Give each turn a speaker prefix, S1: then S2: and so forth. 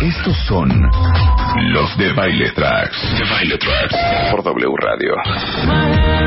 S1: Estos son los de Baile Tracks. De Baile Tracks. Por W Radio.